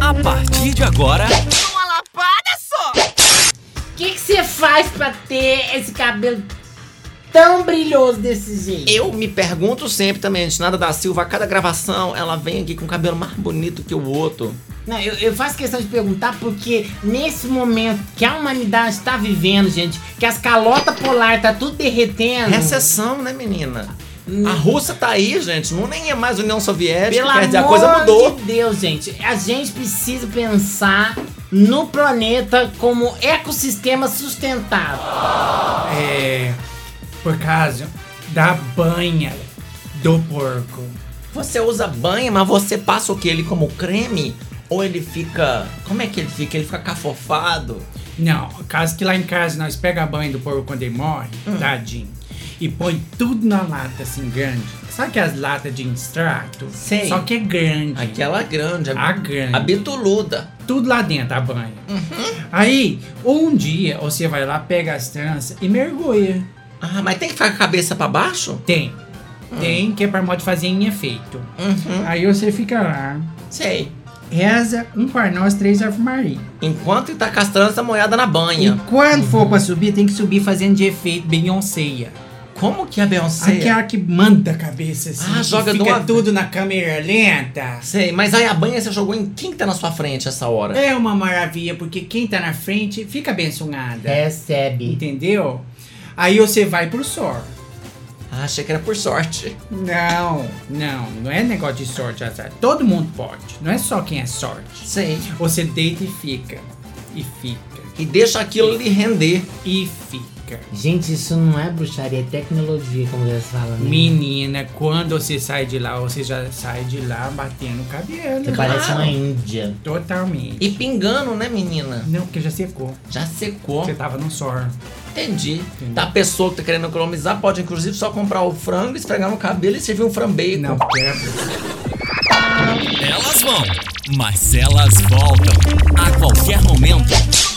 A partir de agora, Uma lapada só! O que que você faz pra ter esse cabelo tão brilhoso desse jeito? Eu me pergunto sempre também, antes de nada da Silva, a cada gravação ela vem aqui com o cabelo mais bonito que o outro. Não, eu, eu faço questão de perguntar porque nesse momento que a humanidade tá vivendo, gente, que as calotas polares tá tudo derretendo. Recessão, né, menina? A Rússia tá aí, gente, não nem é mais União Soviética, Hum. Pelo quer dizer, a amor coisa mudou. de Deus, gente. A gente precisa pensar no planeta como ecossistema sustentável. É. Por causa da banha do porco. Você usa banho, mas você passa o que? Ele como creme? Ou ele fica. Como é que ele fica? Ele fica cafofado? Não, caso que lá em casa nós pega a banha do porco quando ele morre, Hum. tadinho. E põe tudo na lata assim grande. Sabe que as latas de extrato? Sei. Só que é grande. Aquela grande, a, A grande. a Uhum. bituluda. tudo lá dentro, a banha. Aí, um dia, você vai lá, pega as tranças e mergulha. Ah, mas tem que ficar com a cabeça pra baixo? Tem. Hum. Tem, que é pra modo fazer em efeito. Uhum. Aí você fica lá, Sei. reza um Pai Nosso, três Ave Maria. Enquanto tá castrando essa moeda na E banha. quando for pra subir, tem que subir fazendo de efeito Beyoncé. Como que a Beyoncé? Aquela que manda é a cabeça assim. é. Ah, que joga fica de uma- tudo na câmera lenta. Sei, mas aí a banha você jogou em quem que tá na sua frente essa hora? É uma maravilha, porque quem tá na frente fica abençoada. É. Recebe. Entendeu? Aí você vai pro sol. Ah, achei que era por sorte. Não, não, não é negócio de sorte, azar. Todo mundo pode, não é só quem é sorte. Sei. Você deita e fica, e fica, E deixa aquilo lhe render. e fica. Gente, isso não é bruxaria, é tecnologia, como eles falam. Né? Menina, quando você sai de lá, você já sai de lá batendo o cabelo. Você parece Claro. uma índia. Totalmente. E pingando, né, menina? Não, porque já secou. Já secou. Você tava no sol. Entendi. Tá, a pessoa que tá querendo economizar pode, inclusive, só comprar o frango, esfregar no cabelo e servir um frambeico. Não, quebra. elas vão, mas elas voltam. A qualquer momento,